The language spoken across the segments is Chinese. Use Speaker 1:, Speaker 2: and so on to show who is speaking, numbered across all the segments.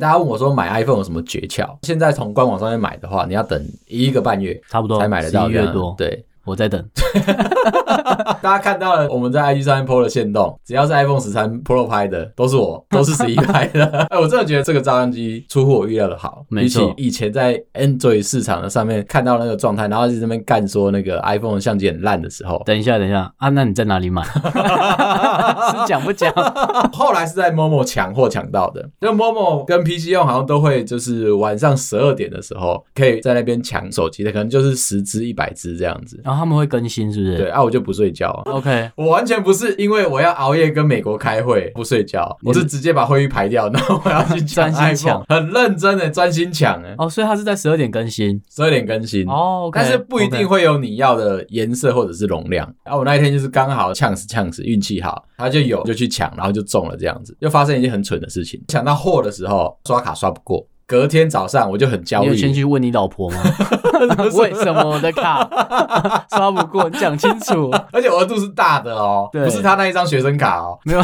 Speaker 1: 大家问我说买 iPhone 有什么诀窍？现在从官网上面买的话，你要等一个半月
Speaker 2: 差不多
Speaker 1: 才买得到，
Speaker 2: 11
Speaker 1: 这样
Speaker 2: 哦月多
Speaker 1: 对，
Speaker 2: 我在等，
Speaker 1: 大家看到了我们在 IG 上面 PO 的线动，只要是 iPhone 十三 Pro 拍的，都是我，都是十一拍的。 哎，我真的觉得这个照相机出乎我预料的好，
Speaker 2: 没
Speaker 1: 比起
Speaker 2: 错
Speaker 1: 以前在 Android 市场的上面看到那个状态，然后一直在那边干说那个 iPhone 相机很烂的时候，
Speaker 2: 等一下，等一下啊，那你在哪 里买？是讲不讲？
Speaker 1: 后来是在 Momo 抢货抢到的。就 Momo 跟 PC 用好像都会，就是晚上十二点的时候可以在那边抢手机的，可能就是十支、一百支这样子。
Speaker 2: 然后他们会更新，是不是？
Speaker 1: 对啊，我就不睡觉、啊。
Speaker 2: ，OK，
Speaker 1: 我完全不是因为我要熬夜跟美国开会不睡觉，
Speaker 2: 你
Speaker 1: 我
Speaker 2: 是
Speaker 1: 是直接把会议排掉，然后我要去抢
Speaker 2: 专心
Speaker 1: iPhone，
Speaker 2: 抢
Speaker 1: 很认真的专心抢哎，
Speaker 2: 哦，所以它是在十二点更新
Speaker 1: 十二点更新。
Speaker 2: 哦，OK，
Speaker 1: 但是不一定
Speaker 2: OK
Speaker 1: 会有你要的颜色或者是容量。然后、我那一天就是刚好呛死呛死，运气好，他就有就去抢，然后就中了这样子。又发生一件很蠢的事情，抢到货的时候刷卡刷不过，隔天早上我就很焦
Speaker 2: 你有
Speaker 1: 虑，
Speaker 2: 先去问你老 婆吗？为什么我的卡刷不过？你讲清楚。
Speaker 1: 而且我额度是大的哦，
Speaker 2: 对
Speaker 1: 不是他那一张学生卡哦，
Speaker 2: 没有，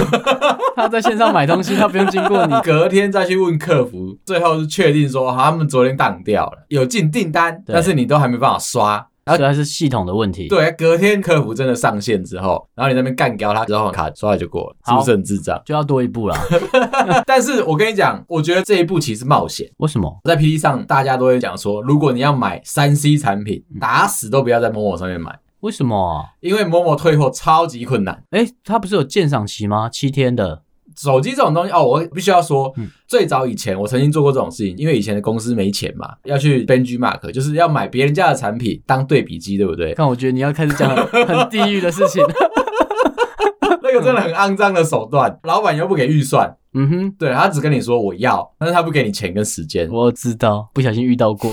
Speaker 2: 他在线上买东西，他不用经 过你。
Speaker 1: 隔天再去问客服，最后是确定说啊好他们昨天当掉了，有进订单，
Speaker 2: 对
Speaker 1: 但是你都还没办法刷。然
Speaker 2: 所以
Speaker 1: 后
Speaker 2: 它是系统的问题。，
Speaker 1: 对，隔天客服真的上线之后，然后你在那边干掉他之后，卡刷了就过了，是不是
Speaker 2: 好
Speaker 1: 很智障？
Speaker 2: 就要多一步啦。
Speaker 1: 但是我跟你讲，我觉得这一步其实冒险。
Speaker 2: 为什么？
Speaker 1: 在 P D 上，大家都会讲说，如果你要买三 C 产品，打死都不要在某某上面买，
Speaker 2: 为什么啊？
Speaker 1: 因为某某退货超级困难。
Speaker 2: 哎、他不是有鉴赏期吗？七天的。
Speaker 1: 手机这种东西哦，我必须要说，
Speaker 2: 嗯
Speaker 1: 最早以前我曾经做过这种事情，因为以前的公司没钱嘛，要去 benchmark，就是要买别人家的产品当对比机，对不 对？
Speaker 2: 看，我觉得你要开始讲很地狱的事情。
Speaker 1: 那个真的很肮脏的手段，老板又不给预算，
Speaker 2: 嗯哼，
Speaker 1: 对他只跟你说我要，但是他不给你钱跟时间。
Speaker 2: 我知道，不小心遇到 过。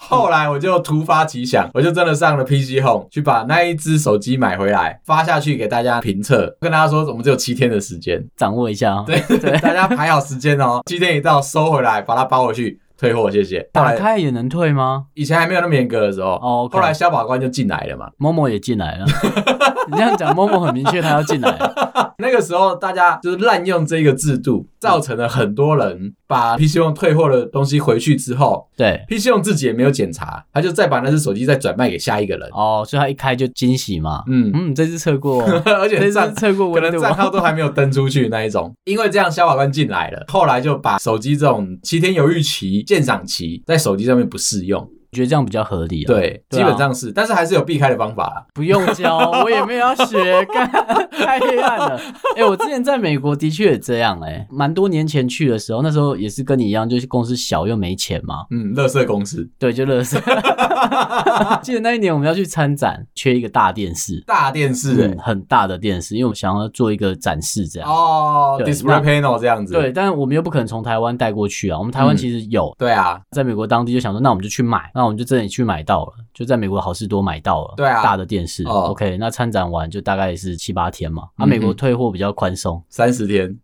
Speaker 1: 后来我就突发奇想，我就真的上了 PC Home 去把那一只手机买回来，发下去给大家评测，跟大家说我们只有七天的时间，
Speaker 2: 掌握一下啊、
Speaker 1: 对对，大家排好时间哦，七天一到收回来，把它包回去退货，谢谢。后
Speaker 2: 打
Speaker 1: 来
Speaker 2: 开也能退吗？
Speaker 1: 以前还没有那么严格的时候，
Speaker 2: 哦，OK
Speaker 1: 后来消保官就进来了嘛。
Speaker 2: 某某也 进来了。你这样讲，某某很明确他要进来了。
Speaker 1: 那个时候大家就是滥用这个制度，造成了很多人把 PC 用退货的东西回去之后
Speaker 2: 对，
Speaker 1: ，PC 用自己也没有检查，他就再把那只手机再转卖给下一个人。
Speaker 2: 哦，所以他一开就惊喜嘛。
Speaker 1: 嗯，
Speaker 2: 嗯，这次测过哦，
Speaker 1: 而且
Speaker 2: 这
Speaker 1: 账
Speaker 2: 次测过
Speaker 1: 可
Speaker 2: 温
Speaker 1: 能
Speaker 2: 度哦
Speaker 1: 账号都还没有登出去那一种， 因为这样消保官进来了，后来就把手机这种七天犹豫期、鉴赏期在手机上面不适用。
Speaker 2: 我觉得这样比较合理啊。，
Speaker 1: 对，
Speaker 2: 对
Speaker 1: 基
Speaker 2: 啊
Speaker 1: 本上是，但是还是有避开的方法啦。
Speaker 2: 不用教，我也没有要学，干太黑暗了。哎、我之前在美国的确也这样、哎，蛮多年前去的时候，那时候也是跟你一样，就是公司小又没钱嘛，
Speaker 1: 嗯，乐色公司
Speaker 2: 对，就乐色。 记得那一年我们要去参展，缺一个大电视，
Speaker 1: 大电视、欸
Speaker 2: 嗯很大的电视，因为我们想要做一个展示这样。
Speaker 1: 哦
Speaker 2: 对
Speaker 1: ，display panel 这样子。
Speaker 2: 对，但我们又不可能从台湾带过去啊。我们
Speaker 1: 嗯
Speaker 2: 台湾其实有，
Speaker 1: 对啊，
Speaker 2: 在美国当地就想说，那我们就去买，那我们就真的去买到了，就在美国好事多买到了，
Speaker 1: 对啊
Speaker 2: 大的电视。
Speaker 1: 哦
Speaker 2: OK，那参展完就大概是七八天嘛，啊，
Speaker 1: 嗯
Speaker 2: 美国退货比较 宽松，
Speaker 1: 三十天，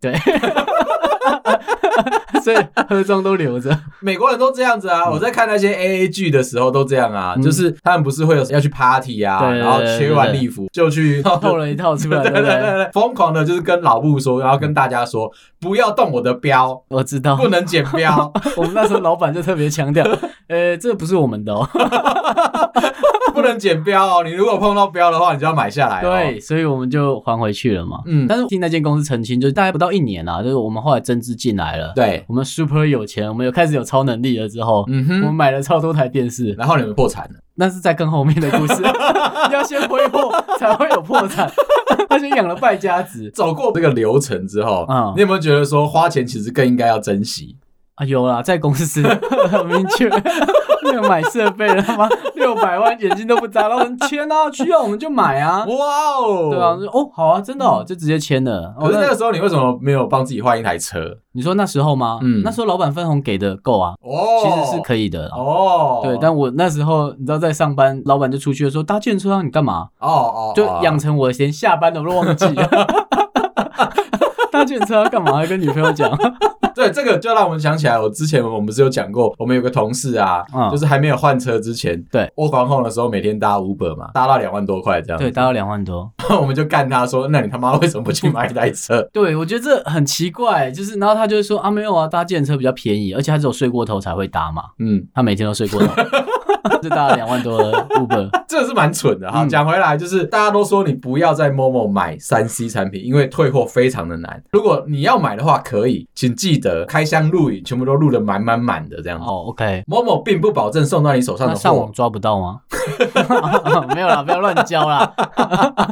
Speaker 2: 所以盒装都留 着。
Speaker 1: 美国人都这样子啊。我在看那些 A A 剧的时候都这样啊，
Speaker 2: 嗯
Speaker 1: 就是他们不是会有要去 party 啊，
Speaker 2: 对
Speaker 1: 然后
Speaker 2: 对对
Speaker 1: 缺完
Speaker 2: 对
Speaker 1: 礼服就去
Speaker 2: 透了一套出 来，
Speaker 1: 对对
Speaker 2: 对不
Speaker 1: 对
Speaker 2: 对？
Speaker 1: 对，疯狂的就是跟老布说，然后跟大家
Speaker 2: 嗯
Speaker 1: 说不要动我的标，
Speaker 2: 我知道，
Speaker 1: 不能剪标，
Speaker 2: 我们那时候老板就特别强调， 呃，这不是我们的哦。
Speaker 1: 不能剪标哦。你如果碰到标的话，你就要买下来、哦。
Speaker 2: 对，，所以我们就还回去了嘛。
Speaker 1: 嗯，
Speaker 2: 但是听那间公司澄清，就是大概不到一年啊，就是我们后来增资进来了，
Speaker 1: 对，
Speaker 2: 我们 super 有钱，我们有开始有超能力了之后，
Speaker 1: 嗯
Speaker 2: 我们
Speaker 1: 哼。
Speaker 2: 买了超多台电视，
Speaker 1: 然后你们破产了，
Speaker 2: 那是在更后面的故 事，要先挥霍才会有破产， 他先养了败家子
Speaker 1: 走过这个流程之后，
Speaker 2: 嗯
Speaker 1: 你有没有觉得说花钱其实更应该要珍惜？
Speaker 2: 啊，有啦，在公司 很明确，那个买设备了吗？六百万眼睛都不眨，然后签啊，需要我们就买啊，
Speaker 1: 哇哦，嗯
Speaker 2: 对啊，就哦，好啊，真的、哦、就直接签了。哦
Speaker 1: 可是那
Speaker 2: 那
Speaker 1: 个时候你为什么没有帮自己换一台车？
Speaker 2: 你说那时候吗？
Speaker 1: 嗯
Speaker 2: 那时候老板分红给的够啊，
Speaker 1: 哦，
Speaker 2: 其实是可以的啦。
Speaker 1: 哦，
Speaker 2: 对，但我那时候你知道在上班，老板就出去了说搭建车啊，你干嘛？
Speaker 1: 哦哦，
Speaker 2: 就
Speaker 1: 哦
Speaker 2: 养成我 连 啊下班我都忘记了。搭计程车要干嘛？还跟女朋友讲，
Speaker 1: 对，这个就让我们想起来，我之前我们不是有讲过，我们有个同事啊，
Speaker 2: 嗯
Speaker 1: 就是还没有换车之前，
Speaker 2: 对，
Speaker 1: 我防控的时候每天搭 Uber 嘛，搭到两万多块这样，
Speaker 2: 对，，达到两万多。
Speaker 1: 我们就干他说，那你他妈为什么不去买一台 车？
Speaker 2: 对，我觉得这很奇怪，就是然后他就会说啊，没有啊，搭电车比较便宜，而且他只有睡过头才会搭嘛，
Speaker 1: 嗯，
Speaker 2: 他每天都睡过头， 就搭了两万多的 Uber。
Speaker 1: 这是蛮蠢的哈。
Speaker 2: 嗯
Speaker 1: 讲回来，就是大家都说你不要在 Momo 买三 C 产品，因为退货非常的难。如果你要买的话，可以，请记得开箱录影，全部都录的满满满的这样子。
Speaker 2: 哦，OK，
Speaker 1: Momo 并不保证送到你手上
Speaker 2: 那
Speaker 1: 的
Speaker 2: 上网
Speaker 1: 货，
Speaker 2: 抓不到吗？ 没有啦，不要乱 交啦，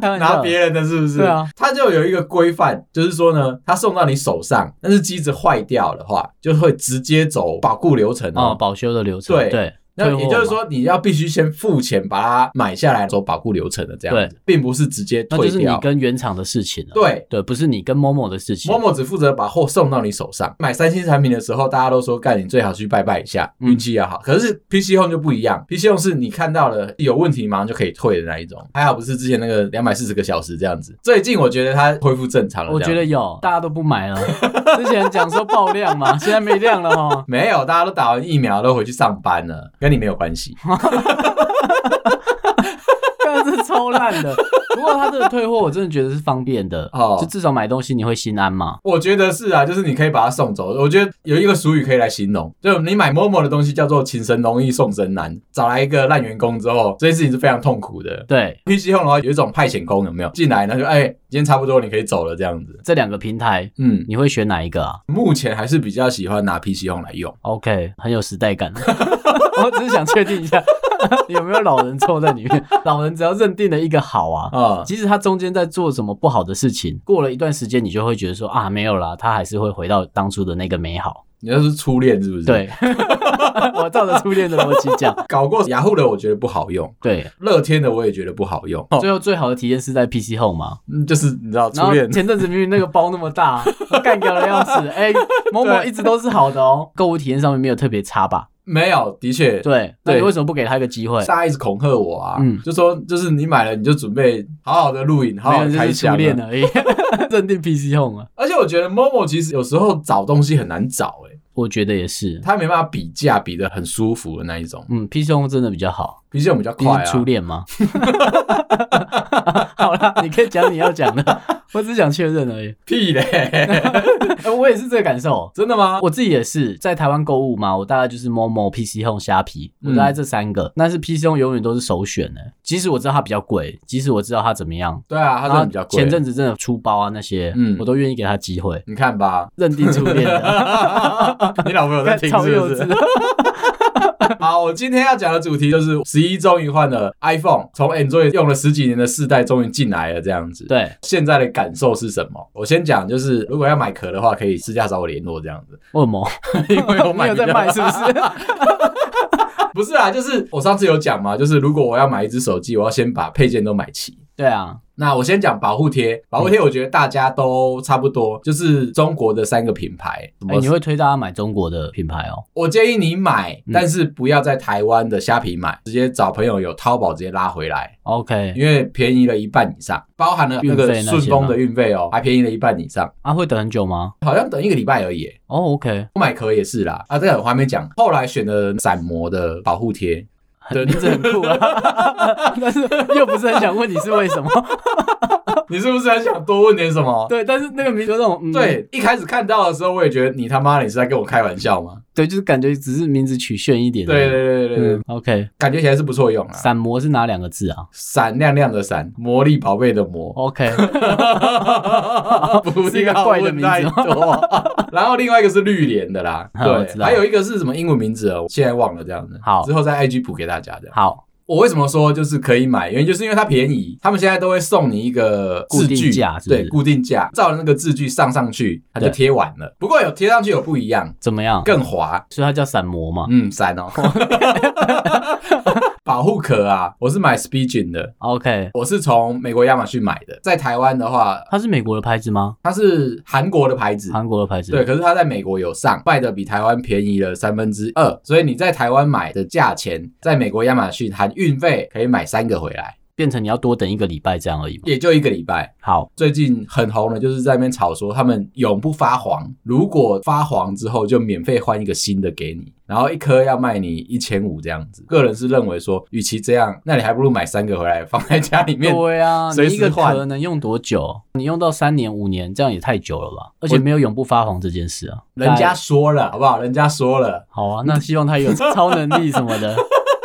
Speaker 2: 开玩
Speaker 1: 拿
Speaker 2: 笑。
Speaker 1: 别人的是不是？
Speaker 2: 对啊，
Speaker 1: 它就有一个规范，就是说呢，它送到你手上，但是机子坏掉的话，就会直接走保固流程
Speaker 2: 哦，
Speaker 1: 哦。
Speaker 2: 保修的流程，
Speaker 1: 对
Speaker 2: 对，
Speaker 1: 那
Speaker 2: 退货
Speaker 1: 也就是
Speaker 2: 嘛，
Speaker 1: 说，你要必须先付钱把它买下来，走保固流程的这样子，并不是直接
Speaker 2: 那
Speaker 1: 退
Speaker 2: 就是你
Speaker 1: 掉。
Speaker 2: 跟原厂的事情了，啊
Speaker 1: 对。
Speaker 2: 对，不是你跟某某的事情。
Speaker 1: 某某只负责把货送到你手上。买三星产品的时候，大家都说干，你最好去拜拜一下，
Speaker 2: 嗯
Speaker 1: 运气要好。可是 PC Home 就不一样，PC Home 是你看到了有问题马上就可以退的那一种。还好不是之前那个两百四十个小时这样子。最近我觉得它恢复正常了。
Speaker 2: 我
Speaker 1: 这样
Speaker 2: 觉得有，大家都不买了。 之前讲说爆量嘛， 现在没量了哦哈。
Speaker 1: 没有，大家都打完疫苗都回去上班了，跟你没有关系。
Speaker 2: 真的是超烂的。不过他这个退货，我真的觉得是方便的，
Speaker 1: 哦
Speaker 2: 就至少买东西你会心安嘛。
Speaker 1: 我觉得是啊，就是你可以把它送走。我觉得有一个俗语可以来形容，就你买某某的东西叫做“请神容易送神难”。找来一个烂员工之后，这件事情是非常痛苦的。
Speaker 2: 对，
Speaker 1: PC 用的话有一种派遣工，有没有？进来那就哎、今天差不多你可以走了这样子。
Speaker 2: 这两个平台
Speaker 1: 嗯，
Speaker 2: 你会选哪一个啊
Speaker 1: 目前还是比较喜欢拿 PC 用来用。
Speaker 2: ？OK，很有时代感。 我只是想确定一下有没有老人凑在里面。老人只要认定了一个好啊。
Speaker 1: 啊、
Speaker 2: 即使他中间在做什么不好的事情，过了一段时间，你就会觉得说啊，没有啦，他还是会回到当初的那个美好。
Speaker 1: 你那是初恋是不是？，
Speaker 2: 对， 我照着初恋的逻辑讲，
Speaker 1: 搞过雅虎的我觉得不好用，
Speaker 2: 对，
Speaker 1: 乐天的我也觉得不好用，哦、
Speaker 2: 最后最好的体验是在 PC Home 嘛。
Speaker 1: 嗯就是你知道
Speaker 2: 然
Speaker 1: 初
Speaker 2: 后
Speaker 1: 恋。
Speaker 2: 前阵子明明那个包那么大，啊干掉的要死。哎、某某
Speaker 1: 对
Speaker 2: 一直都是好的哦，购物体验上面没有特别差吧？
Speaker 1: 没有，的确，
Speaker 2: 对，那你
Speaker 1: 对
Speaker 2: 为什么不给他一个机会？
Speaker 1: 大家一直恐吓我啊，
Speaker 2: 嗯
Speaker 1: 就说就是你买了你就准备好好的录影，好
Speaker 2: 没
Speaker 1: 好
Speaker 2: 有，
Speaker 1: 地
Speaker 2: 就
Speaker 1: 开
Speaker 2: 是初
Speaker 1: 箱
Speaker 2: 恋
Speaker 1: 啊。
Speaker 2: 而已。 认定 PC Home 啊，
Speaker 1: 而且我觉得 Momo 其实有时候找东西很难找、欸，
Speaker 2: 我觉得也是。
Speaker 1: 他没办法比价比的很舒服的那一种，
Speaker 2: 嗯，PC Home 真的比较好，
Speaker 1: 毕竟我比较
Speaker 2: 毕竟
Speaker 1: 快啊。
Speaker 2: 初恋 嘛。好啦，你可以讲你要讲的， 我只想确认 而已、
Speaker 1: 屁 嘞，
Speaker 2: 哎我也是这个感受。
Speaker 1: 真的吗？
Speaker 2: 我自己也是在台湾购物嘛，我大概就是 Momo、PC Home、虾皮，
Speaker 1: 嗯
Speaker 2: 我大概这三个，但是 PC Home 永远都是首选的、即使我知道它比较贵，即使我知道它怎么样，
Speaker 1: 对啊，他真的比较
Speaker 2: 然后
Speaker 1: 贵。
Speaker 2: 前阵子真的出包啊那些，
Speaker 1: 嗯
Speaker 2: 我都愿意给他机会，
Speaker 1: 你看
Speaker 2: ，
Speaker 1: 吧
Speaker 2: 认定初 恋的，
Speaker 1: 你老婆有 在听
Speaker 2: 超
Speaker 1: 是不
Speaker 2: 幼
Speaker 1: 是？
Speaker 2: 稚。
Speaker 1: 好，我今天要讲的主题就是十一终于换了 iPhone，从 Android 用了十几年的世代终于进来了，这样子。
Speaker 2: 对，
Speaker 1: 现在的感受是什么？我先讲，就是如果要买壳的话，可以私下找我联络这样子。
Speaker 2: 为什么？
Speaker 1: 因 为我买
Speaker 2: 你有在
Speaker 1: 比较
Speaker 2: 卖是不是？
Speaker 1: 不是啊，就是我上次有讲嘛，就是如果我要买一只手机，我要先把配件都买齐。
Speaker 2: 对啊，
Speaker 1: 那我先讲保护贴，保护贴我觉得大家都差不多，就是中国的三个品牌。什
Speaker 2: 哎、
Speaker 1: 么
Speaker 2: 你会推大家买中国的品牌哦？
Speaker 1: 我建议你买
Speaker 2: 嗯，
Speaker 1: 但是不要在台湾的虾皮买，直接找朋友有淘宝直接拉回来，
Speaker 2: OK，
Speaker 1: 因为便宜了一半以上，包含了那
Speaker 2: 运
Speaker 1: 个
Speaker 2: 费那些吗
Speaker 1: 顺丰的运费哦，还便宜了一半以上，
Speaker 2: 啊，会等很久吗？
Speaker 1: 好像等一个礼拜而已耶。
Speaker 2: 哦，OK、
Speaker 1: 我买壳也是啦，啊，这个我还没讲。后来选的散膜的保护 贴，
Speaker 2: o k
Speaker 1: 对
Speaker 2: 名字很酷啊， 但是又不是很想问你是为什么。
Speaker 1: 你是不是很想多问点什么？
Speaker 2: 对，但是那个名字有种、嗯、
Speaker 1: 对，一开始看到的时候，我也觉得你他妈你是在跟我开玩笑吗？
Speaker 2: 对，就是感觉只是名字取炫一点。
Speaker 1: 对对对对对，
Speaker 2: 嗯，OK。
Speaker 1: 感觉起来是不错用啊，
Speaker 2: 散魔是哪两个字啊
Speaker 1: 闪亮亮的闪，魔力宝贝的 魔，
Speaker 2: ？OK，
Speaker 1: 不
Speaker 2: 是一个
Speaker 1: 要
Speaker 2: 怪的
Speaker 1: 问
Speaker 2: 名字
Speaker 1: 太多。 然后另外一个是绿莲的 啦，
Speaker 2: 啊我知
Speaker 1: 对，
Speaker 2: 道
Speaker 1: 还有一个是什么英文名字哦，我现在忘了这样子。
Speaker 2: 好
Speaker 1: 之后在 IG 补给大家这样。
Speaker 2: 好，
Speaker 1: 我为什么说就是可以买？原因就是因为它便宜，他们现在都会送你一个
Speaker 2: 固
Speaker 1: 字
Speaker 2: 定
Speaker 1: 据
Speaker 2: 价是不是
Speaker 1: 对，固定价，照着那个字据上上去，它就
Speaker 2: 对
Speaker 1: 贴完了。不过有贴上去有不一样，
Speaker 2: 怎么样？
Speaker 1: 更滑，
Speaker 2: 所以它叫散魔嘛。
Speaker 1: 嗯，三哦。 保护壳啊，我是买 Speedgen 的，
Speaker 2: OK，
Speaker 1: 我是从美国亚马逊买的。在台湾的话，
Speaker 2: 它是美国的牌子吗？
Speaker 1: 它是韩国的牌子，
Speaker 2: 韩国的牌子？
Speaker 1: 对，，可是它在美国有上，卖的比台湾便宜了三分之二，所以你在台湾买的价钱，在美国亚马逊含运费可以买三个回来。
Speaker 2: 变成你要多等一个礼拜这样而已嘛。
Speaker 1: 也就一个礼拜。
Speaker 2: 好，
Speaker 1: 最近很红的，就是在那边吵说他们永不发黄，如果发黄之后就免费换一个新的给你，然后一颗要卖你一千五这样子。个人是认为说，与其这样，那你还不如买三个回来放在家里面。
Speaker 2: 对啊，你
Speaker 1: 随
Speaker 2: 一
Speaker 1: 时
Speaker 2: 个
Speaker 1: 换
Speaker 2: 壳能用多久？你用到三年五年，这样也太久了吧？而且没有永不发黄这件事啊。
Speaker 1: 人
Speaker 2: 大
Speaker 1: 家
Speaker 2: 家
Speaker 1: 说了，好不好？人家说了。
Speaker 2: 好 啊，那希望他有超能力什么的，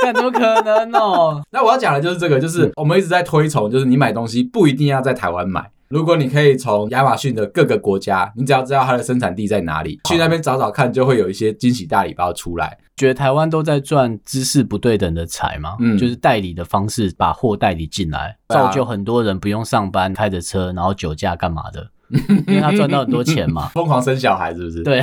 Speaker 2: 那怎么可能 哦？
Speaker 1: 那我要讲的就是这个，就是我们一直在推崇，就是你买东西不一定要在台湾买。如果你可以从亚马逊的各个国家，你只要知道它的生产地在哪里，去那边找找看，就会有一些惊喜大礼包出来。
Speaker 2: 觉得台湾都在赚知识不对等的财嘛，
Speaker 1: 嗯
Speaker 2: 就是代理的方式把货代理进来，
Speaker 1: 对啊
Speaker 2: 造就很多人不用上班，开着车，然后酒驾干嘛 的，因为他赚到很多钱嘛。
Speaker 1: 疯狂生小孩是不是？
Speaker 2: 对，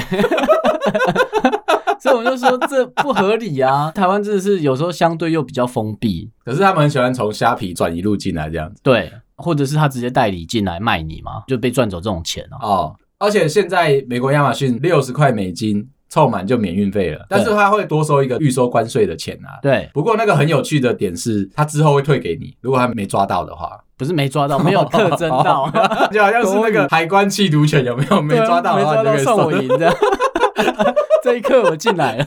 Speaker 2: 所以我就说这不合理啊！台湾真的是有时候相对又比较封闭，
Speaker 1: 可是他们很喜欢从虾皮转移路进来这样子
Speaker 2: 对，或者是他直接代理进来卖你嘛，就被赚走这种钱啊。
Speaker 1: 哦。而且现在美国亚马逊六十块美金凑满就免运费了，但是他会多收一个预收关税的钱啊。
Speaker 2: 对，
Speaker 1: 不过那个很有趣的点是，他之后会退给你，如果他没抓到的话，
Speaker 2: 不是 没抓到，没有特征到，
Speaker 1: 就好像是那个海关缉毒犬有没啊有没
Speaker 2: 对啊
Speaker 1: 抓到
Speaker 2: 没
Speaker 1: 的话，
Speaker 2: 抓
Speaker 1: 你就
Speaker 2: 到
Speaker 1: 可以
Speaker 2: 算我赢的。 这一刻我进来了，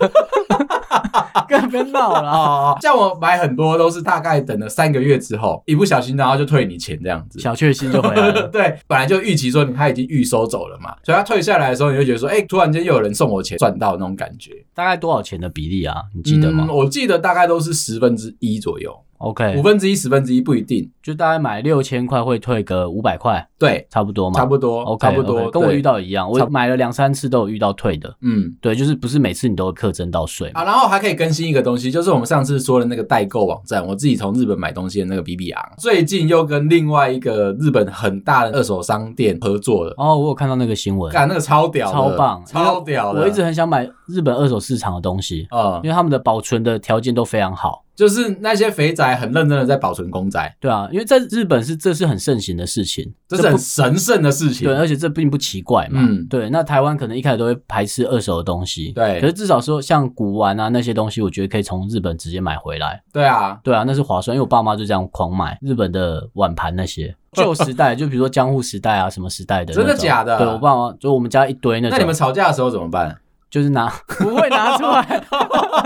Speaker 2: 更别闹了啊。
Speaker 1: 哦，像我买很多都是大概等了三个月之后，一不小心然后就退你钱这样子。
Speaker 2: 小确幸就回来了，
Speaker 1: 对，本来就预期说你他已经预收走了嘛，所以他退下来的时候，你就觉得说，哎、突然间又有人送我钱，赚到那种感觉。
Speaker 2: 大概多少钱的比例啊？你记得吗
Speaker 1: 嗯我记得大概都是十分之一左右，五
Speaker 2: ？OK，
Speaker 1: 分之一、十分之一不一定。
Speaker 2: 就大概买六千块会退个五百块，
Speaker 1: 对，
Speaker 2: 差不多嘛，
Speaker 1: 差不多
Speaker 2: OK，
Speaker 1: 差不多。
Speaker 2: 跟我
Speaker 1: 对
Speaker 2: 遇，到一样，我
Speaker 1: 差
Speaker 2: 买了两三次都有遇到退的，
Speaker 1: 嗯，
Speaker 2: 对，就是不是每次你都课征到税嘛
Speaker 1: 啊，然后还可以更新一个东西，就是我们上次说的那个代购网站，我自己从日本买东西的那个比比昂，最近又跟另外一个日本很大的二手商店合作了，
Speaker 2: 哦，我有看到那个新闻，
Speaker 1: 干那个超屌的，
Speaker 2: 超棒，
Speaker 1: 超屌的。
Speaker 2: 我一直很想买日本二手市场的东西，
Speaker 1: 嗯
Speaker 2: 因，为他们的保存的条件都非常好，
Speaker 1: 就是那些肥宅很认真的在保存公仔，
Speaker 2: 对啊，因为在日本是这是很盛行的事情，
Speaker 1: 这是
Speaker 2: 不
Speaker 1: 很神圣的事情
Speaker 2: 对，。而且这并不奇怪嘛。
Speaker 1: 嗯
Speaker 2: 对。那台湾可能一开始都会排斥二手的东西，
Speaker 1: 对
Speaker 2: 可是至少说像古玩啊那些东西，我觉得可以从日本直接买回来。
Speaker 1: 对啊，
Speaker 2: 对啊，那是划算，因为我爸妈就这样狂买日本的碗盘那些旧时代，就比如说江户时代啊什么时代的那种。
Speaker 1: 真的假的
Speaker 2: 对我爸妈就我们家一堆那种，
Speaker 1: 那你们吵架的时候怎么办？
Speaker 2: 就是拿 不会拿出来， 哦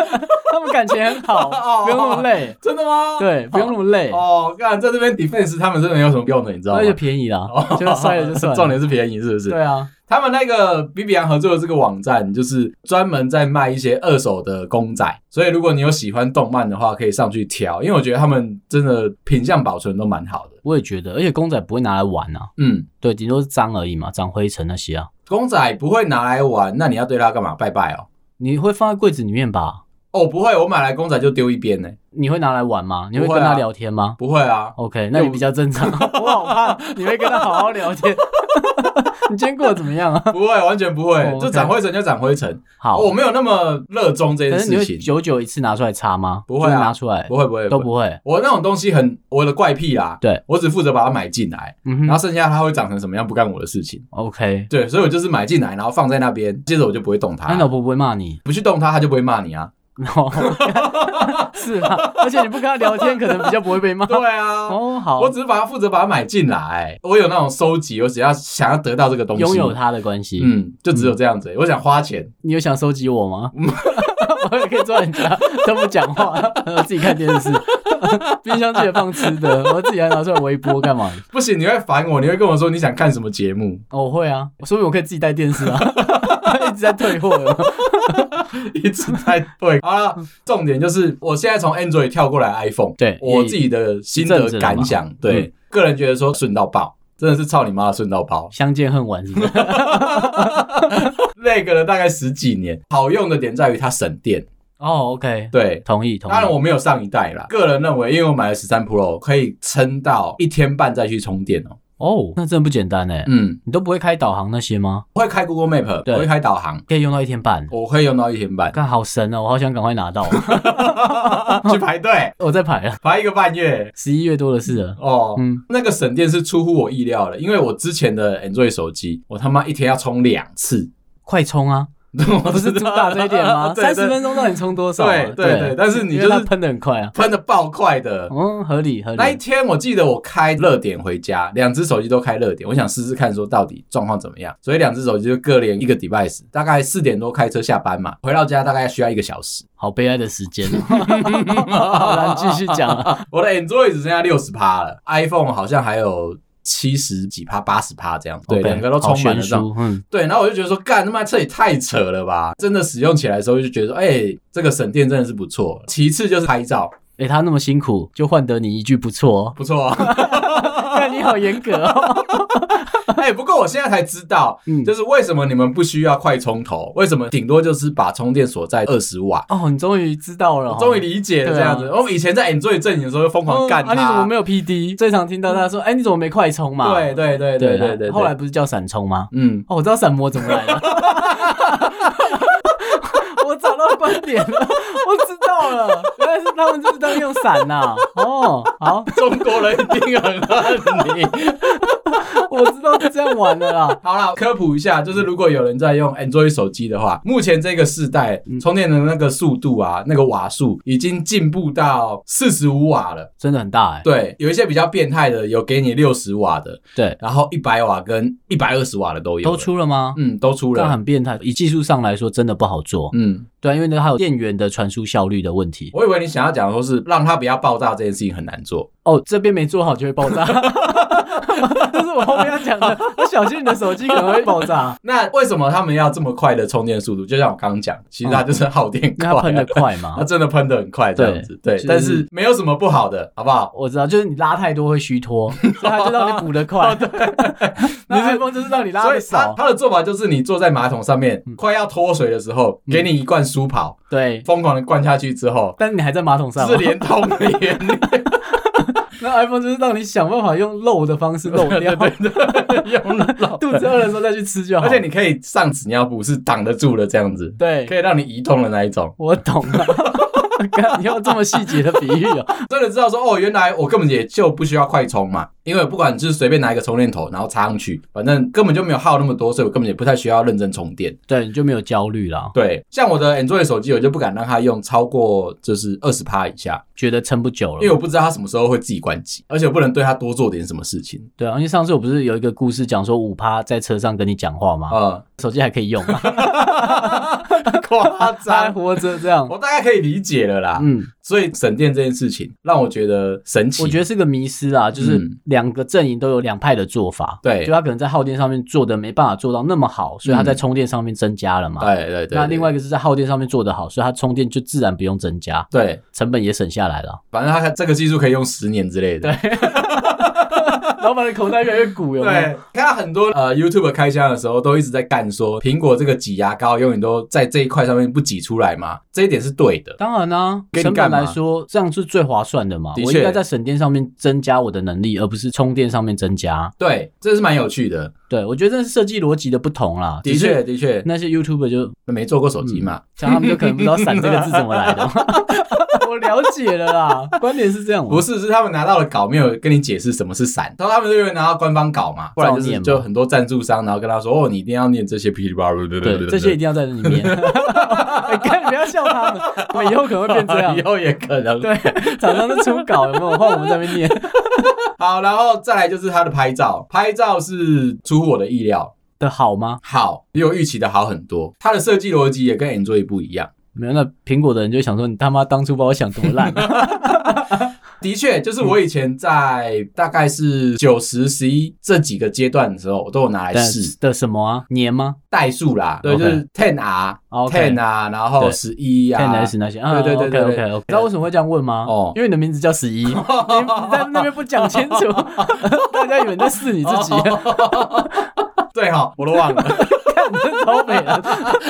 Speaker 2: 他们感情很好，不用那么累。
Speaker 1: 真的吗？
Speaker 2: 对，不用那么累，
Speaker 1: 哦，干在这边 defense 他们真的没有什么用的，你知道吗
Speaker 2: 而且？便宜啦， 就摔了就算了。
Speaker 1: 重点是便宜，是不是？
Speaker 2: 对啊，
Speaker 1: 他们那个比比昂合作的这个网站，就是专门在卖一些二手的公仔，所以如果你有喜欢动漫的话，可以上去挑，因为我觉得他们真的品相保存都蛮好的。
Speaker 2: 我也觉得，而且公仔不会拿来玩啊。
Speaker 1: 嗯，
Speaker 2: 对，顶多是脏而已嘛，长灰尘那些啊。
Speaker 1: 公仔不会拿来玩，那你要对它干嘛？拜拜 哦。
Speaker 2: 你会放在柜子里面吧？
Speaker 1: 哦，不会，我买来公仔就丢一边呢、
Speaker 2: 你会拿来玩吗？你会
Speaker 1: 不
Speaker 2: 跟
Speaker 1: 会啊
Speaker 2: 他聊天吗
Speaker 1: 不会啊，
Speaker 2: ？OK，那你比较正常。 我好怕，你会跟他好好聊天。 你今天过得怎么样啊？
Speaker 1: 不会，完全不
Speaker 2: 哦
Speaker 1: 会，
Speaker 2: ，OK
Speaker 1: 就长灰尘就长灰尘。
Speaker 2: 好，
Speaker 1: 我没有那么热衷这
Speaker 2: 可
Speaker 1: 件
Speaker 2: 是你
Speaker 1: 事
Speaker 2: 会
Speaker 1: 情，
Speaker 2: 久久一次拿出来擦吗？
Speaker 1: 不会啊
Speaker 2: 就是拿出来
Speaker 1: 不会不会
Speaker 2: 都不会。
Speaker 1: 我那种东西很我的怪癖啦，
Speaker 2: 对
Speaker 1: 我只负责把它买进来，
Speaker 2: 嗯
Speaker 1: 然
Speaker 2: 哼
Speaker 1: 后剩下它会长成什么样不干我的事情。
Speaker 2: ，OK。
Speaker 1: 对，所以我就是买进来，然后放在那边，接着我就不会动它
Speaker 2: 那，老婆不会 骂你哦
Speaker 1: 不去动它，它就不会骂你 啊。
Speaker 2: 是啊，而且你不跟他聊天，可能比较不会被骂。
Speaker 1: 对啊，
Speaker 2: 哦，好
Speaker 1: 我，只是把它负责把它买进来，我有那种收集，我只要想要得到这个东西，
Speaker 2: 拥有，他的关系，
Speaker 1: 嗯，就只有这样子、我想花钱，
Speaker 2: 你有想收集我 吗？我也可以坐在人家都不讲话， 我自己看电视， 冰箱记得放吃的，我自己还拿出来微波干嘛？
Speaker 1: 不行，你会烦我，你会跟我说你想看什么节目，
Speaker 2: 哦我会啊，所以我可以自己带电视啊， 一直在退货有没有
Speaker 1: 一直在 对。好了，重点就是我现在从 Android 跳过来 iPhone，
Speaker 2: 对
Speaker 1: 我自己的心
Speaker 2: 一阵
Speaker 1: 得
Speaker 2: 子了嘛
Speaker 1: 感想，对、
Speaker 2: 嗯
Speaker 1: 个人觉得说顺到爆，真的是操你妈的顺到爆，
Speaker 2: 相见恨晚是不是？
Speaker 1: 那个了大概十几年。好用的点在于它省电，
Speaker 2: 哦，OK，
Speaker 1: 对，
Speaker 2: 同意同
Speaker 1: 当然
Speaker 2: 意。
Speaker 1: 我没有上一代啦，个人认为，因为我买了十三 Pro 可以撑到一天半再去充电哦、
Speaker 2: 哦，那真的不简单哎，
Speaker 1: 嗯，
Speaker 2: 你都不会开导航那些吗？
Speaker 1: 我会开 Google Map，
Speaker 2: 对
Speaker 1: 我会开导航，
Speaker 2: 可以用到一天半，
Speaker 1: 我会用到一天半
Speaker 2: 看好神哦，我好想赶快拿到，
Speaker 1: 去排队，
Speaker 2: 我在排了，
Speaker 1: 排一个半月
Speaker 2: 十一月多的事了。
Speaker 1: 哦。
Speaker 2: 嗯，
Speaker 1: 那个省电是出乎我意料的，因为我之前的 Android 手机，我他妈一天要充两次，
Speaker 2: 快充啊！
Speaker 1: 我
Speaker 2: 不是主打这一点吗？
Speaker 1: 对
Speaker 2: 三十
Speaker 1: 对
Speaker 2: 分钟到底充多少啊？
Speaker 1: 对对对但是你
Speaker 2: 因为
Speaker 1: 就是
Speaker 2: 它喷的很快啊。
Speaker 1: 喷的爆快的。
Speaker 2: 嗯，合理合
Speaker 1: 那一
Speaker 2: 理。
Speaker 1: 天我记得我开热点回家，两只手机都开热点，我想试试看说到底状况怎么样，所以两只手机就各连一个 device，大概四点多开车下班嘛，回到家大概需要一个小时。
Speaker 2: 好悲哀的 时间哦。好啦，继续讲啊。
Speaker 1: 我的 Android 只剩下六十趴了，iPhone 好像还有七十几趴、八十趴这样，对，
Speaker 2: OK，
Speaker 1: 两个都充满
Speaker 2: 好
Speaker 1: 了
Speaker 2: 悬
Speaker 1: 这种。
Speaker 2: 殊。嗯，
Speaker 1: 对，然后我就觉得说，干他妈这也太扯了吧！真的使用起来的时候就觉得说，哎、这个省电真的是不错。其次就是拍照，
Speaker 2: 哎，他那么辛苦，就换得你一句不错哦。
Speaker 1: 不错、哦。
Speaker 2: 那你好严格哦。
Speaker 1: 哎、不过我现在才知道，
Speaker 2: 嗯
Speaker 1: 就是为什么你们不需要快充头，为什么顶多就是把充电锁在二十瓦。
Speaker 2: 哦，你终于知道了哦，
Speaker 1: 终于理解了这样子。
Speaker 2: 对啊
Speaker 1: 我、以前在 Android 阵营的时候就疯狂干
Speaker 2: 哦啊
Speaker 1: 它、
Speaker 2: 你怎么没有 PD？最常听到他说，哎，你怎么没快充嘛？啊
Speaker 1: 对对对对对对。
Speaker 2: 后来，不是叫闪充吗？
Speaker 1: 嗯，
Speaker 2: 哦，我知道闪魔怎么来了。 我找到观点了，我知道了，原来是他们就是当用伞呐、哦，好，
Speaker 1: 中国人一定很恨你。
Speaker 2: 我知道是这样玩的啦。
Speaker 1: 好了，科普一下，就是如果有人在用 Android 手机的话，目前这个世代
Speaker 2: 嗯
Speaker 1: 充电的那个速度啊，那个瓦数已经进步到四十五瓦了。
Speaker 2: 真的很大哎、
Speaker 1: 对，有一些比较变态的，有给你六十瓦的，
Speaker 2: 对，
Speaker 1: 然后一百瓦跟一百二十瓦的都有，
Speaker 2: 都，出了吗？
Speaker 1: 嗯，都出
Speaker 2: 那
Speaker 1: 了。
Speaker 2: 很变态，以技术上来说，真的不好做。
Speaker 1: 嗯，
Speaker 2: 对啊，因为呢，它有电源的传输效率的问题。
Speaker 1: 我以为你想要讲说是让它不要爆炸这件事情很难做，
Speaker 2: 哦，这边没做好就会爆炸， 这是我后面要讲的。我小心你的手机可能会爆 炸，
Speaker 1: 那为什么他们要这么快的充电速度？就像我刚刚讲，其实它就是耗电
Speaker 2: 因
Speaker 1: 快
Speaker 2: 为
Speaker 1: 啊，
Speaker 2: 它喷得 快
Speaker 1: 它
Speaker 2: 嘛。
Speaker 1: 真的喷的很快这样子，对
Speaker 2: 对就，是
Speaker 1: 但是没有什么不好的，好不好？
Speaker 2: 我知道，就是你拉太多会虚脱，所以它就让你补得快。 那 iPhone 就是让你拉
Speaker 1: 哦所
Speaker 2: 的
Speaker 1: 以他
Speaker 2: 少，嗯
Speaker 1: 他的做法就是，你坐在马桶上面、快要脱水的时候，给你一罐舒跑，
Speaker 2: 对。
Speaker 1: 疯狂的灌下去之后，
Speaker 2: 嗯但是你啊还在马桶上
Speaker 1: 是
Speaker 2: 嘛，
Speaker 1: 连通连
Speaker 2: 那 iPhone 就是让你想办法用漏的方式漏 掉，
Speaker 1: 用了，
Speaker 2: 肚子饿的时候再去吃就好。
Speaker 1: 而且你可以上纸尿布，是挡得住的这样子，
Speaker 2: 对
Speaker 1: 可，以让你移动的那一种。
Speaker 2: 我懂了。 干你要这么细节的比喻哦，
Speaker 1: 真的知道说，哦，原来我根本也就不需要快充嘛，因为我不管就是随便拿一个充电头，然后插上去，反正根本就没有耗那么多，所以我根本也不太需要认真充电。
Speaker 2: 对，你就没有焦虑啦，
Speaker 1: 对，像我的 Android 手机，我就不敢让它用超过就是二十趴以下，
Speaker 2: 觉得撑不久了。
Speaker 1: 因为我不知道他什么时候会自己关机，而且我不能对他多做点什么事情。
Speaker 2: 对啊，因为上次我不是有一个故事讲说五趴在车上跟你讲话吗？
Speaker 1: 啊、
Speaker 2: 手机还可以用啊，
Speaker 1: 夸
Speaker 2: 还
Speaker 1: 张，
Speaker 2: 活着这样。
Speaker 1: 我大概可以理解了啦。
Speaker 2: 嗯，
Speaker 1: 所以省电这件事情让我觉得神奇。
Speaker 2: 我觉
Speaker 1: 得
Speaker 2: 得是个迷失啊，就是
Speaker 1: 嗯
Speaker 2: 两个阵营都有两派的做法。
Speaker 1: 对
Speaker 2: 就他可能在耗电上面做的没办法做到那么好，所以他在充电上面增加了嘛。
Speaker 1: 对对对，
Speaker 2: 那另外一个是在耗电上面做得好，所以他充电就自然不用增加，
Speaker 1: 对，
Speaker 2: 成本也省下来了。
Speaker 1: 反正他这个技术可以用十年之类的。
Speaker 2: 老板的口袋越来越鼓，有没有？
Speaker 1: 对，看到很多呃 YouTube 开箱的时候，都一直在干说苹果这个挤牙膏永远都在这一块上面不挤出来嘛，这一点是对的。
Speaker 2: 当然啦、
Speaker 1: 给你
Speaker 2: 成
Speaker 1: 干
Speaker 2: 本
Speaker 1: 嘛
Speaker 2: 来说，这样是最划算的嘛。
Speaker 1: 的
Speaker 2: 我
Speaker 1: 确
Speaker 2: 应该在省电上面增加我的能力，而不是充电上面增加。
Speaker 1: 对，这是蛮有趣的，
Speaker 2: 对，我觉得这是设计逻辑的不同啦。
Speaker 1: 的
Speaker 2: 只是
Speaker 1: 确的确，
Speaker 2: 那些 YouTuber 就
Speaker 1: 没做过手机嘛，
Speaker 2: 像他们就可能不知道“闪”这个字怎么来 的。我了解了啦，观点是这样。
Speaker 1: 不是，是他们拿到了稿，没有跟你解释什么是闪，然后他们就因为拿到官方稿嘛，不然就
Speaker 2: 照
Speaker 1: 是
Speaker 2: 念嘛
Speaker 1: 就很多赞助商，然后跟他说哦，你一定要念这些噼里啪啦，对
Speaker 2: 对，这些一定要在里面。 哎，看你不要笑他们， 我以后可能会变这 样
Speaker 1: 以。后也可能
Speaker 2: 对，厂商都出稿有没有？换我们在那边念
Speaker 1: 好，然后再来就是他的拍照，拍照是出乎我的意料，
Speaker 2: 的好吗？
Speaker 1: 好，比我预期的好很多。它的设计逻辑也跟 Android 不一样。
Speaker 2: 没有，那苹果的人就想说，你他妈当初把我想多 烂啊！
Speaker 1: 的确，就是
Speaker 2: 嗯
Speaker 1: 我以前在大概是九十、十一这几个阶段的时候，我都有拿来
Speaker 2: 的
Speaker 1: 试
Speaker 2: 的什么啊？年吗
Speaker 1: 代数啦，对，就
Speaker 2: OK
Speaker 1: 是 ten R、
Speaker 2: OK
Speaker 1: ten 啊，然后
Speaker 2: 对
Speaker 1: 十一啊，
Speaker 2: ？Ten S 那些啊？
Speaker 1: 对对对对
Speaker 2: OK
Speaker 1: 对
Speaker 2: OK OK。知道为什么会这样问吗？
Speaker 1: 哦
Speaker 2: 哦，因为你的名字叫十 一，你你在那边不讲清楚， 大家以为你在试你自 己。
Speaker 1: 哦对哈，我都忘了。
Speaker 2: 超美啊！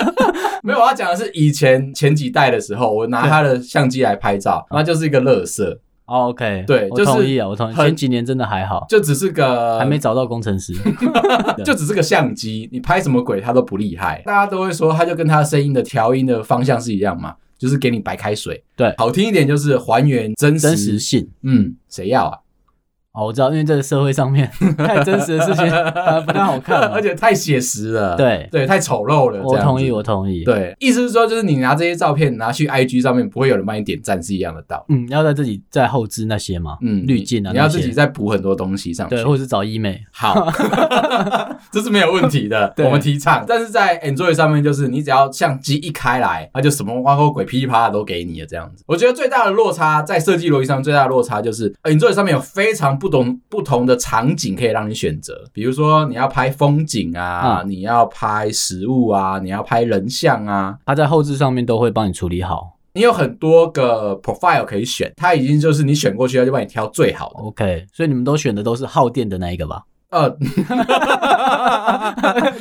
Speaker 1: 没有，我要讲的是以前前几代的时候，我拿他的相机来拍照，
Speaker 2: 啊
Speaker 1: 那就是一个乐色，
Speaker 2: 哦 OK，
Speaker 1: 对
Speaker 2: 我
Speaker 1: 就是
Speaker 2: 同意啊，我同意。
Speaker 1: 很
Speaker 2: 前几年真的还好，
Speaker 1: 就只是个
Speaker 2: 还没找到工程师。
Speaker 1: 就只是个相机，你拍什么鬼他都不厉害。大家都会说，他就跟他声音的调音的方向是一样嘛，就是给你白开水。
Speaker 2: 对
Speaker 1: 好听一点就是还原真实。
Speaker 2: 真实性
Speaker 1: 嗯，谁要啊？
Speaker 2: 哦，我知道，因为这个社会上面 太真实的 事情反而不太好看了。
Speaker 1: 而且太写实了，
Speaker 2: 对
Speaker 1: 对，太丑陋了。
Speaker 2: 我
Speaker 1: 这样
Speaker 2: 同意，
Speaker 1: 子
Speaker 2: 我同意。，
Speaker 1: 对，意思是说，就是你拿这些照片拿去 IG 上面，不会有人帮你点赞，是一样的道理。
Speaker 2: 嗯，要在自己在后置那些嘛，
Speaker 1: 嗯，
Speaker 2: 滤镜啊，
Speaker 1: 你要
Speaker 2: 那些
Speaker 1: 自己再补很多东西上去
Speaker 2: 对，。或者是找医美。
Speaker 1: 好， 这是没有问题的，
Speaker 2: 对
Speaker 1: 我们提倡。但是在 Enjoy 上面，就是你只要相机一开来，它就什么挖沟鬼噼里啪啦都给你了这样子。我觉得最大的落差在设计逻辑上，最大的落差就是 Enjoy 上面有非常不同不同的场景可以让你选择，比如说你要拍风景啊，你要拍食物啊，你要拍人像啊，
Speaker 2: 它在后置上面都会帮你处理好。
Speaker 1: 你有很多个 profile 可以选，它已经就是你选过去，它就帮你挑最好的。
Speaker 2: OK，所以你们都选的都是耗电的那一个吧？
Speaker 1: 呃，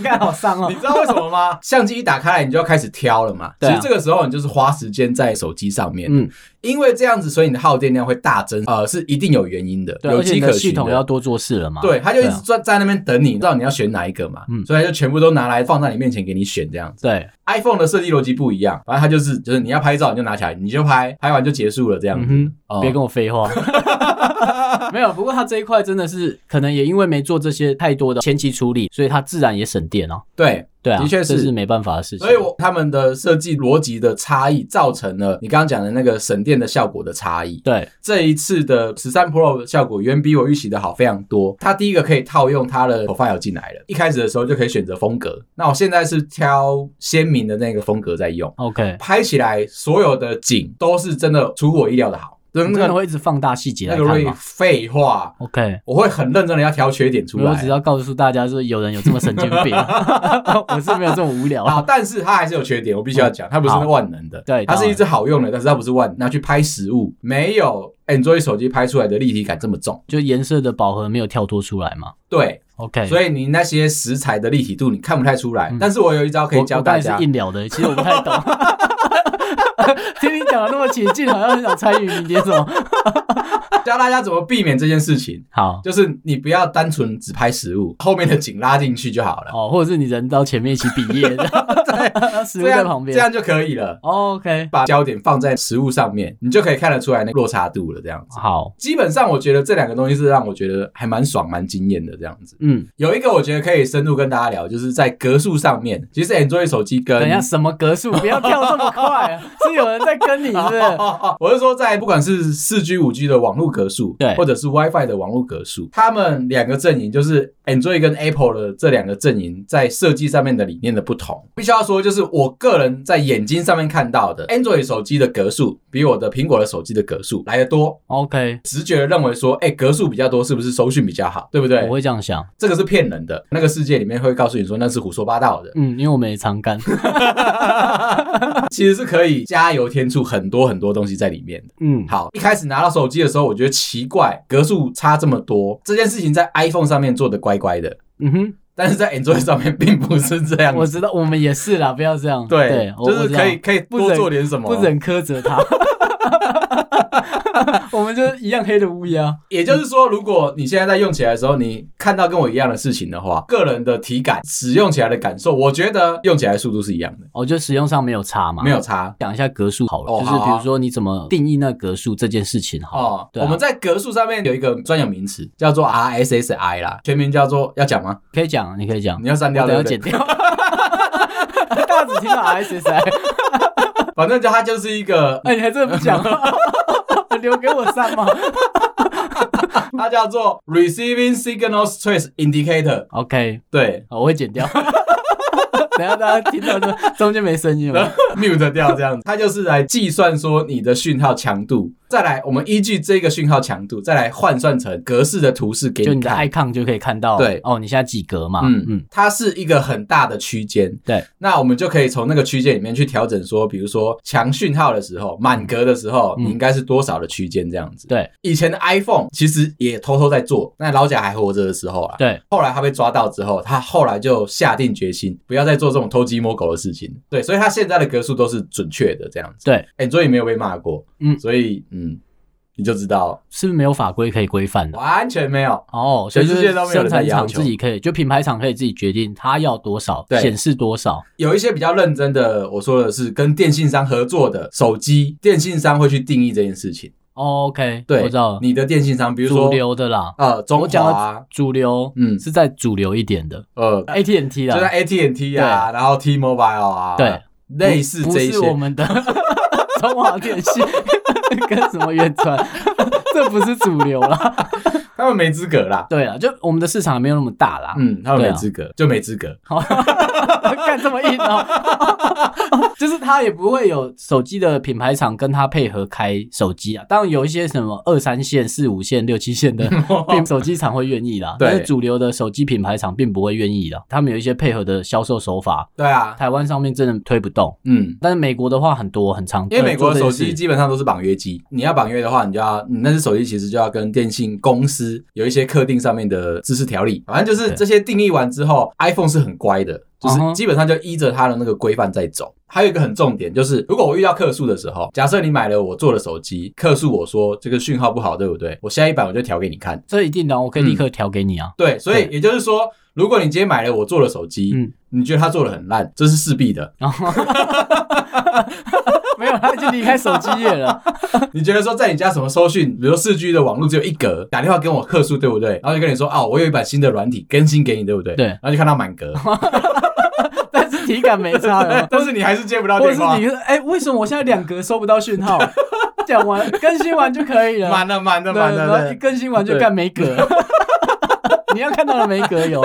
Speaker 2: 看好伤 哦
Speaker 1: 你知道为什么吗？相机一打开来，你就要开始挑了嘛。
Speaker 2: 对啊
Speaker 1: 其实这个时候你就是花时间在手机上面，
Speaker 2: 嗯，
Speaker 1: 因为这样子，所以你的耗电量会大增，呃，是一定有原因的，
Speaker 2: 对，啊
Speaker 1: 有
Speaker 2: 而且
Speaker 1: 迹
Speaker 2: 你
Speaker 1: 可
Speaker 2: 的系
Speaker 1: 循
Speaker 2: 统要
Speaker 1: 的。
Speaker 2: 多做事了嘛？
Speaker 1: 对，他就一
Speaker 2: 对
Speaker 1: 直
Speaker 2: 啊
Speaker 1: 在在那边等你，不知道你要选哪一个嘛，
Speaker 2: 嗯
Speaker 1: 所以他就全部都拿来放在你面前给你选这样子。
Speaker 2: 对，
Speaker 1: iPhone 的设计逻辑不一样，反正它就是就是你要拍照你就拿起来，你就拍，拍完就结束了这样子。
Speaker 2: 嗯
Speaker 1: 哦
Speaker 2: 哼，别跟我废 话。没有，不过他这一块真的是，可能也因为没做这些太多的前期处理，所以他自然也省电哦、
Speaker 1: 对，
Speaker 2: 对啊，
Speaker 1: 的确
Speaker 2: 这
Speaker 1: 是
Speaker 2: 是没办法的事情。
Speaker 1: 所以我他们的设计逻辑的差异，造成了你刚刚讲的那个省电的效果的差异。
Speaker 2: 对
Speaker 1: 这一次的十三 Pro 的效果远比我预期的好非常多。它第一个可以套用它的 profile 进来了，一开始的时候就可以选择风格。那我现在是挑鲜明的那个风格在用，
Speaker 2: ，OK，
Speaker 1: 拍起来所有的景都是真的出乎我意料的好。就
Speaker 2: 你
Speaker 1: 那
Speaker 2: 真的
Speaker 1: 个
Speaker 2: 会一直放大细节
Speaker 1: 那
Speaker 2: 来
Speaker 1: 个
Speaker 2: 看
Speaker 1: 瑞
Speaker 2: 吗
Speaker 1: 废话，
Speaker 2: ？OK，
Speaker 1: 我会很认真的要挑缺点出
Speaker 2: 我只
Speaker 1: 来。
Speaker 2: 要告诉大家说，有人有这么神经 病，我是没有这么无聊。
Speaker 1: 好，但是它还是有缺点，我必须要讲，它不是
Speaker 2: 好
Speaker 1: 万能的，
Speaker 2: 对
Speaker 1: 它
Speaker 2: 当
Speaker 1: 是
Speaker 2: 然
Speaker 1: 一只好用的，但是它不是万拿去拍实物，没有 Android 手机拍出来的立体感这么重。
Speaker 2: 就颜色的饱和没有跳脱出来嘛
Speaker 1: 对，
Speaker 2: ？OK，
Speaker 1: 所以你那些食材的立体度你看不太出来。
Speaker 2: 哎嗯
Speaker 1: 但是我有一招可以
Speaker 2: 我
Speaker 1: 教
Speaker 2: 我
Speaker 1: 大
Speaker 2: 当然
Speaker 1: 家
Speaker 2: 是，硬聊的，其实我不 太懂。听你讲的那么起劲，好像很想参与明天什么？
Speaker 1: 教大家怎么避免这件事情，
Speaker 2: 好
Speaker 1: 就是你不要单纯只拍食物，后面的景拉进去就好了，
Speaker 2: 哦，或者是你人到前面一起比 耶， 食物
Speaker 1: 这
Speaker 2: 在
Speaker 1: 样
Speaker 2: 旁
Speaker 1: 这
Speaker 2: 边。
Speaker 1: 样就可以了。
Speaker 2: OK，
Speaker 1: 把焦点放在食物上面，你就可以看得出来那个落差度了。这样子，
Speaker 2: 好，
Speaker 1: 基本上我觉得这两个东西是让我觉得还蛮爽、蛮惊艳的。这样子，
Speaker 2: 嗯，
Speaker 1: 有一个我觉得可以深入跟大家聊，就是在格数上面，其实 Android 手机跟
Speaker 2: 等一下什么格数？不要跳这么快，啊 是有人在跟你是不是？
Speaker 1: 我是说，在不管是四 G、五 G 的网络格数，
Speaker 2: 对
Speaker 1: 或者是 WiFi 的网络格数，他们两个阵营就是 Android 跟 Apple 的这两个阵营在设计上面的理念的不同。必须要说，就是我个人在眼睛上面看到的 Android 手机的格数，比我的苹果的手机的格数来的多。
Speaker 2: OK，
Speaker 1: 直觉的认为说，哎、格数比较多，是不是收讯比较好？对不对
Speaker 2: 我？会这样想，
Speaker 1: 这个是骗人的，那个世界里面会告诉你说那是胡说八道的。
Speaker 2: 嗯，因为我们也常干，
Speaker 1: 其实是可以加油添醋很多很多东西在里面的。
Speaker 2: 嗯，
Speaker 1: 好，一开始拿到手机的时候，我觉得奇怪，格数差这么多，这件事情在 iPhone 上面做的乖乖的，
Speaker 2: 嗯哼，
Speaker 1: 但是在 Android 上面并不是这样
Speaker 2: 我
Speaker 1: 子。
Speaker 2: 知道，我们也是啦，不要这样，
Speaker 1: 嗯对，
Speaker 2: 我
Speaker 1: 就是
Speaker 2: 我知道
Speaker 1: 可以可以
Speaker 2: 不
Speaker 1: 多
Speaker 2: 忍
Speaker 1: 做点什么，
Speaker 2: 不忍苛责他。 我们就是一样黑的乌鸦。
Speaker 1: 也就是说，如果你现在在用起来的时候，你看到跟我一样的事情的话，个人的体感使用起来的感受，我觉得用起来速度是一样的，
Speaker 2: 哦，就使用上没有差嘛？
Speaker 1: 没。有差。
Speaker 2: 讲一下格数好了，
Speaker 1: 哦
Speaker 2: 就
Speaker 1: 好
Speaker 2: 是
Speaker 1: 啊
Speaker 2: 比如说你怎么定义那格数这件事情好了。
Speaker 1: 哦，
Speaker 2: 对啊
Speaker 1: 我们在格数上面有一个专有名词，叫做 RSSI 啦，全名叫做要讲吗？
Speaker 2: 可以讲，你可以讲，
Speaker 1: 你要删掉
Speaker 2: 我等
Speaker 1: 对
Speaker 2: 下
Speaker 1: 不对
Speaker 2: 剪？掉。大家只听 到 RSSI，
Speaker 1: 反正就它就是一个
Speaker 2: 哎，你还真的不讲，留给我删 吗
Speaker 1: 它叫做 Receiving Signal Stress Indicator。
Speaker 2: ？OK，
Speaker 1: 对
Speaker 2: 好我会剪掉。 等一下大家听到说中间没声音了。
Speaker 1: ，mute 掉这样子，它就是来计算说你的讯号强度，再来我们依据这个讯号强度，再来换算成格式的图示给
Speaker 2: 就你
Speaker 1: 你
Speaker 2: 的
Speaker 1: 看。
Speaker 2: icon 就可以看到，
Speaker 1: 对
Speaker 2: 哦，你现在几格嘛？
Speaker 1: 嗯
Speaker 2: 嗯
Speaker 1: 嗯
Speaker 2: 嗯，，
Speaker 1: 它是一个很大的区间，
Speaker 2: 对，
Speaker 1: 那我们就可以从那个区间里面去调整说，比如说强讯号的时候，满格的时候，
Speaker 2: 嗯
Speaker 1: 你应该是多少的区间这样子。
Speaker 2: 对
Speaker 1: 以前的 iPhone 其实也偷偷在做，那老贾还活着的时候啊，
Speaker 2: 对，
Speaker 1: 后来他被抓到之后，他后来就下定决心，不要再做这种偷鸡摸狗的事情。对，所以他现在的格数都是准确的这样子。
Speaker 2: 对，
Speaker 1: 哎、所以没有被骂过。
Speaker 2: 嗯
Speaker 1: 所以嗯，你就知道
Speaker 2: 是不是没有法规可以规范的？
Speaker 1: 完全没有。
Speaker 2: 哦，所
Speaker 1: 全
Speaker 2: 以就
Speaker 1: 世
Speaker 2: 是
Speaker 1: 界都没有
Speaker 2: 生
Speaker 1: 人在
Speaker 2: 产
Speaker 1: 要
Speaker 2: 厂
Speaker 1: 求
Speaker 2: 自己可以，就品牌厂可以自己决定它要多少，
Speaker 1: 对
Speaker 2: 显示多少。
Speaker 1: 有一些比较认真的，我说的是跟电信商合作的手机，电信商会去定义这件事情。
Speaker 2: 哦 OK，
Speaker 1: 对，
Speaker 2: 我知道了，
Speaker 1: 你的电信商，比如
Speaker 2: 主
Speaker 1: 说
Speaker 2: 流的啦，
Speaker 1: 呃中
Speaker 2: 我讲
Speaker 1: 华
Speaker 2: 的
Speaker 1: 啊，
Speaker 2: 主流，
Speaker 1: 嗯
Speaker 2: 嗯，是在主流一点的
Speaker 1: 呃，
Speaker 2: AT&T
Speaker 1: 就在
Speaker 2: 啦，
Speaker 1: AT&T 啊，然后 T-Mobile 啊，
Speaker 2: 对，
Speaker 1: 类似
Speaker 2: 不
Speaker 1: 这一
Speaker 2: 是我
Speaker 1: 些。
Speaker 2: 们的中华电信跟什么远传，这不是主流啦。
Speaker 1: 他们没资格啦。
Speaker 2: 对啊，就我们的市场没有那么大啦。
Speaker 1: 嗯，他们
Speaker 2: 对
Speaker 1: 没
Speaker 2: 啊
Speaker 1: 资格，就没资 格。
Speaker 2: 干这么硬哦， 就是他也不会有手机的品牌厂跟他配合开手机啊。当然有一些什么二三线、四五线、六 七线的并手机厂会愿意啦，
Speaker 1: 对
Speaker 2: 但是主流的手机品牌厂并不会愿意啦。他们有一些配合的销售手法，
Speaker 1: 对啊，
Speaker 2: 台湾上面真的推不动。
Speaker 1: 嗯，
Speaker 2: 但是美国的话很多很常，呃
Speaker 1: 因为美国的手
Speaker 2: 做这件
Speaker 1: 机
Speaker 2: 事
Speaker 1: 基本上都是绑约机，你要绑约的话，你就要你那只手机其实就要跟电信公司有一些特定上面的知识条例，反正就是
Speaker 2: 对
Speaker 1: 这些定义完之后，iPhone 是很乖的，就是
Speaker 2: 嗯哼
Speaker 1: 基本上就依着它的那个规范在走。还有一个很重点就是，如果我遇到客诉的时候，假设你买了我做的手机，客诉我说这个讯号不好，对不对？我下一版我就调给你看。
Speaker 2: 这一定的啊，我可以立刻调给你啊。
Speaker 1: 对，所以
Speaker 2: 对
Speaker 1: 也就是说，如果你今天买了我做的手机，
Speaker 2: 嗯
Speaker 1: 你觉得它做的很烂，这是势必的。
Speaker 2: 然后
Speaker 1: 嗯
Speaker 2: 没有，他已经离开手机业了。
Speaker 1: 你觉得说在你家什么搜讯，比如说四 G 的网络只有一格，打电话跟我客诉，对不对？然后就跟你说啊，我有一版新的软体更新给你，对不对？
Speaker 2: 对
Speaker 1: 然后就看到满格，
Speaker 2: 但是体感没差了
Speaker 1: 对。但是你还是接不到
Speaker 2: 或者
Speaker 1: 电话
Speaker 2: 是，你哎、为什么我现在两格收不到 讯号？讲完更新完就可以了，
Speaker 1: 满了满 了
Speaker 2: 对
Speaker 1: 满了
Speaker 2: 然后一
Speaker 1: 对。
Speaker 2: 更新完就干没格。 你要看到了没格有，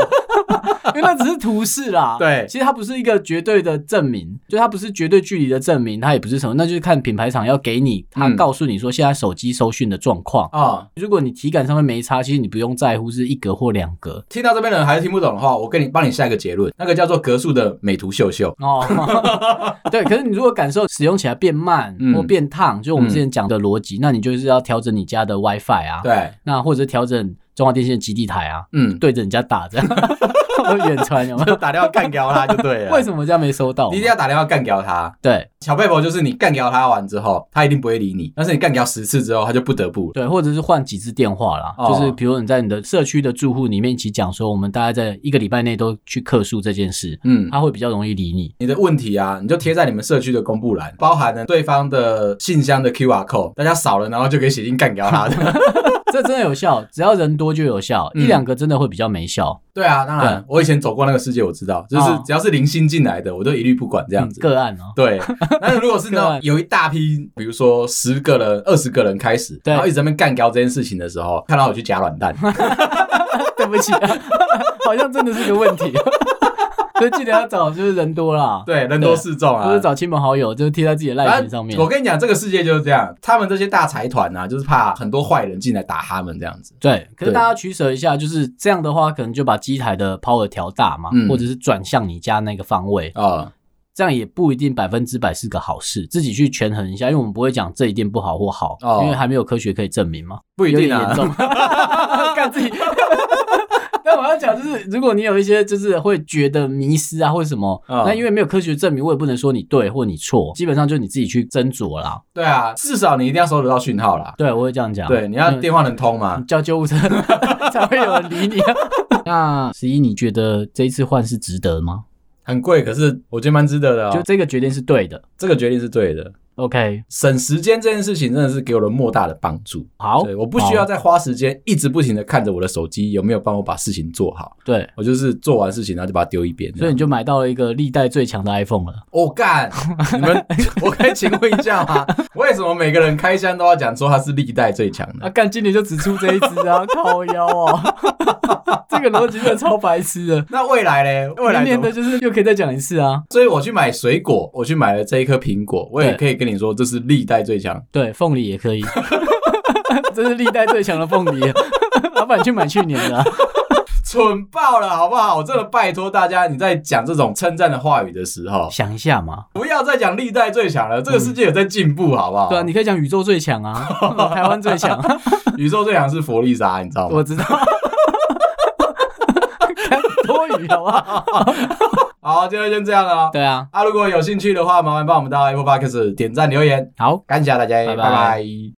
Speaker 2: 因为那只是图示啦。
Speaker 1: 对
Speaker 2: 其实它不是一个绝对的证明，就它不是绝对距离的证明，它也不是什么，那就是看品牌厂要给你，它
Speaker 1: 嗯
Speaker 2: 告诉你说现在手机收讯的状况。
Speaker 1: 啊、
Speaker 2: 如果你体感上面没差，其实你不用在乎是一格或两 格
Speaker 1: 听到这边的人还是听不懂的话，我跟你帮你下一个结论，那个叫做格数的美图秀秀。
Speaker 2: 哦。 对，可是你如果感受使用起来变慢
Speaker 1: 嗯
Speaker 2: 或变烫，就我们之前讲的逻辑，那你就是要调整你家的 WiFi 啊，
Speaker 1: 对，
Speaker 2: 那或者调整中华电信的基地台啊，
Speaker 1: 嗯，
Speaker 2: 对着人家打这样，我远传有没 有？
Speaker 1: 打电话干掉他就对 了。
Speaker 2: 为什么这样没收到
Speaker 1: 你？一定要打电话干掉他。
Speaker 2: 对
Speaker 1: 小佩婆就是你干掉他完之后，他一定不会理你，但是你干掉十次之后，他就不得不了。
Speaker 2: 对，或者是换几支电话啦，
Speaker 1: 哦
Speaker 2: 就是比如你在你的社区的住户里面一起讲说，我们大概在一个礼拜内都去客诉这件事，
Speaker 1: 嗯，
Speaker 2: 他会比较容易理你。
Speaker 1: 你的问题啊，你就贴在你们社区的公布
Speaker 2: 嗯
Speaker 1: 栏，包含了对方的信箱的 QR code，大家扫了，然后就可以写信干掉他 的。
Speaker 2: 这真的有效，只要人多就有效，
Speaker 1: 嗯
Speaker 2: 一两个真的会比较没效。
Speaker 1: 对啊，当然
Speaker 2: 对，
Speaker 1: 我以前走过那个世界，我知道，就是
Speaker 2: 嗯哦
Speaker 1: 只要是零星进来的，我都一律不管这样子。
Speaker 2: 个案 哦，
Speaker 1: 对，那如果是那
Speaker 2: 个
Speaker 1: 种
Speaker 2: 案
Speaker 1: 有一大批，比如说十个人、二十个人开始，
Speaker 2: 对
Speaker 1: 然后一直在那边干掉这件事情的时候，看到我去夹软 蛋，
Speaker 2: 对不起、啊， 好像真的是个 问题。所以记得要找就是人多啦，
Speaker 1: 对，人多势众啊，
Speaker 2: 或者找亲朋好友，就贴在自己的赖
Speaker 1: 反
Speaker 2: 群
Speaker 1: 正
Speaker 2: 上面
Speaker 1: 我。跟你讲，这个世界就是这样，他们这些大财团啊，就是怕很多坏人进来打他们这样子。
Speaker 2: 对，可
Speaker 1: 对
Speaker 2: 是大家取舍一下，就是这样的话，可能就把机台的 power 调大嘛，
Speaker 1: 嗯
Speaker 2: 或者是转向你家那个方位，
Speaker 1: 啊、
Speaker 2: 这样也不一定百分之百是个好事，自己去权衡一下，因为我们不会讲这一定不好或好，
Speaker 1: 哦
Speaker 2: 因为还没有科学可以证明嘛，
Speaker 1: 不一
Speaker 2: 有点
Speaker 1: 定啊
Speaker 2: 严。重， 干自己。但我要讲就是，如果你有一些就是会觉得迷失啊或者什么，
Speaker 1: 哦
Speaker 2: 那因为没有科学证明，我也不能说你对或你错，基本上就你自己去斟酌啦。
Speaker 1: 对啊，至少你一定要收得到讯号啦。
Speaker 2: 对，我会这样讲。
Speaker 1: 对，你要
Speaker 2: 嗯
Speaker 1: 电话能通嘛？
Speaker 2: 叫救 护车才会有人理你。啊 那十一，你觉得这一次换是值得吗？
Speaker 1: 很贵，可是我觉得蛮值得的、哦。
Speaker 2: 就
Speaker 1: 就
Speaker 2: 这个决定是对的。
Speaker 1: 这个决定是对的，
Speaker 2: OK，
Speaker 1: 省时间这件事情真的是给我了莫大的帮助。
Speaker 2: 好，
Speaker 1: 对，我不需要再花时间一直不停的看着我的手机有没有帮我把事情做好，
Speaker 2: 对，
Speaker 1: 我就是做完事情然后就把它丢一边这
Speaker 2: 所以
Speaker 1: 样。
Speaker 2: 你就买到了一个历代最强的 iPhone 了。
Speaker 1: 我 干，你们，我可以请问一下吗？ 为什么每个人开箱都要讲说它是历代最强的
Speaker 2: 啊，？干今年就只出这一只 啊，靠腰啊， 这个逻辑真的超白痴的。
Speaker 1: 那未来嘞？未来
Speaker 2: 明
Speaker 1: 怎
Speaker 2: 年
Speaker 1: 么
Speaker 2: 的就是又可以再讲一次啊，
Speaker 1: 所以我去买水果，我去买了这一颗苹果，我也
Speaker 2: 对
Speaker 1: 可以跟你说这是历代最强。
Speaker 2: 对，凤梨也可 以，这是历代最强的凤梨。啊 老板去买去年的啊、
Speaker 1: 蠢爆了，好不好？我真的拜托大家，你在讲这种称赞的话语的时 候，
Speaker 2: 想一下嘛。
Speaker 1: 不要再讲历代最强了，这个世界有在进步，好不好？
Speaker 2: 对啊，你可以讲宇宙最强 啊，台湾最强。
Speaker 1: 宇宙最强是佛利莎，你知道吗
Speaker 2: 我？ 知道，看多余好不好？
Speaker 1: 好，今天先这样了哦。
Speaker 2: 对啊，
Speaker 1: 啊，如果有兴趣的话，麻烦帮我们到 Apple Podcast 点赞留言，
Speaker 2: 好。
Speaker 1: 感谢大家，
Speaker 2: 拜拜
Speaker 1: 拜拜